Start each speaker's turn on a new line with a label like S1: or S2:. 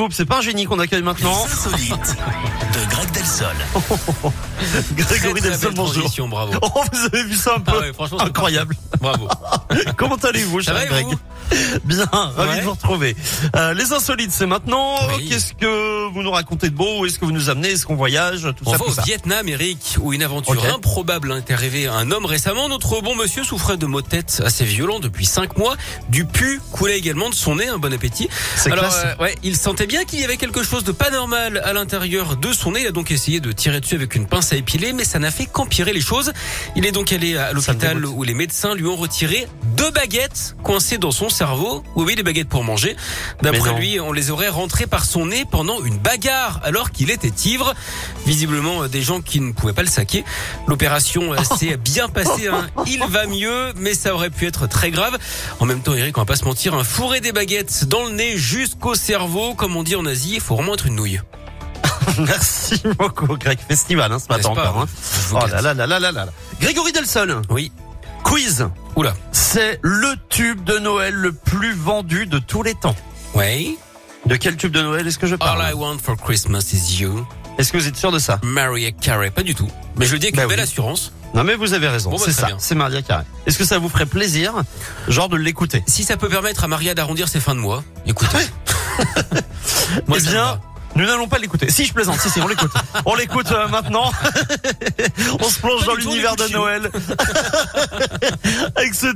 S1: Coupe, c'est pas un génie qu'on accueille maintenant.
S2: Insolite de Greg Delsol.
S1: Grégory
S3: Très, très
S1: Delsol,
S3: belle
S1: bonjour.
S3: transition, bravo.
S1: Oh, vous avez vu ça un peu
S3: Ah ouais, franchement, c'est
S1: Incroyable.
S3: Bravo.
S1: Comment allez-vous,
S3: Ça
S1: cher
S3: va et
S1: Greg
S3: vous
S1: Bien, ravi
S3: Ouais.
S1: de vous retrouver. Euh, les insolites, c'est maintenant.
S3: Oui.
S1: Qu'est-ce que vous nous racontez de beau Où est-ce que vous nous amenez Est-ce qu'on voyage Tout
S3: On
S1: ça,
S3: va
S1: tout
S3: au
S1: ça.
S3: Vietnam, Eric, où une aventure
S1: Ok.
S3: improbable hein, est arrivée à un homme récemment. Notre bon monsieur souffrait de maux de tête assez violents depuis cinq mois. Du pu coulait également de son nez, un bon appétit.
S1: C'est
S3: Alors,
S1: classe.
S3: euh, ouais, il sentait bien qu'il y avait quelque chose de pas normal à l'intérieur de son nez. Il a donc essayé de tirer dessus avec une pince à épiler, mais ça n'a fait qu'empirer les choses. Il est donc allé à l'hôpital
S1: dégoûte.
S3: où les médecins lui ont retiré deux baguettes coincées dans son cerveau. Oui, oui, des baguettes pour manger.
S1: Mais
S3: D'après
S1: non.
S3: lui, on les aurait rentrées par son nez pendant une bagarre alors qu'il était ivre. Visiblement, euh, des gens qui ne pouvaient pas le saquer. L'opération euh, s'est bien passée. hein. Il va mieux, mais ça aurait pu être très grave. En même temps, Eric, on va pas se mentir, un fourrer des baguettes dans le nez jusqu'au cerveau, comme on dit en Asie, il faut vraiment être une nouille.
S1: Merci beaucoup, Greg. Festival, hein, ce matin
S3: euh, N'est-ce pas
S1: encore. hein.
S3: Je vous
S1: Oh là
S3: gâte.
S1: là là là là là. là. Grégory Delsol,
S3: Oui.
S1: quiz.
S3: Oula.
S1: C'est le tube de Noël le plus vendu de tous les temps.
S3: Oui.
S1: De quel tube de Noël est-ce que je
S3: All
S1: parle
S3: I want for Christmas is you.
S1: Est-ce que vous êtes sûr de ça
S3: Maria Carey. Pas du tout. Mais je le dis avec
S1: Bah
S3: une belle
S1: oui.
S3: assurance.
S1: Non mais vous avez raison,
S3: Bon, bah,
S1: c'est
S3: très
S1: ça,
S3: bien.
S1: c'est Maria Carré. Est-ce que ça vous ferait plaisir, genre de l'écouter
S3: Si ça peut permettre à Maria d'arrondir ses fins de mois, écoutez.
S1: Ah Eh
S3: ça me va.
S1: bien, nous n'allons pas l'écouter. Si je plaisante, si si, on l'écoute. on l'écoute euh, maintenant. on se plonge
S3: Pas
S1: dans
S3: du tout, on
S1: l'univers de
S3: écoute chez nous.
S1: Noël. Avec ce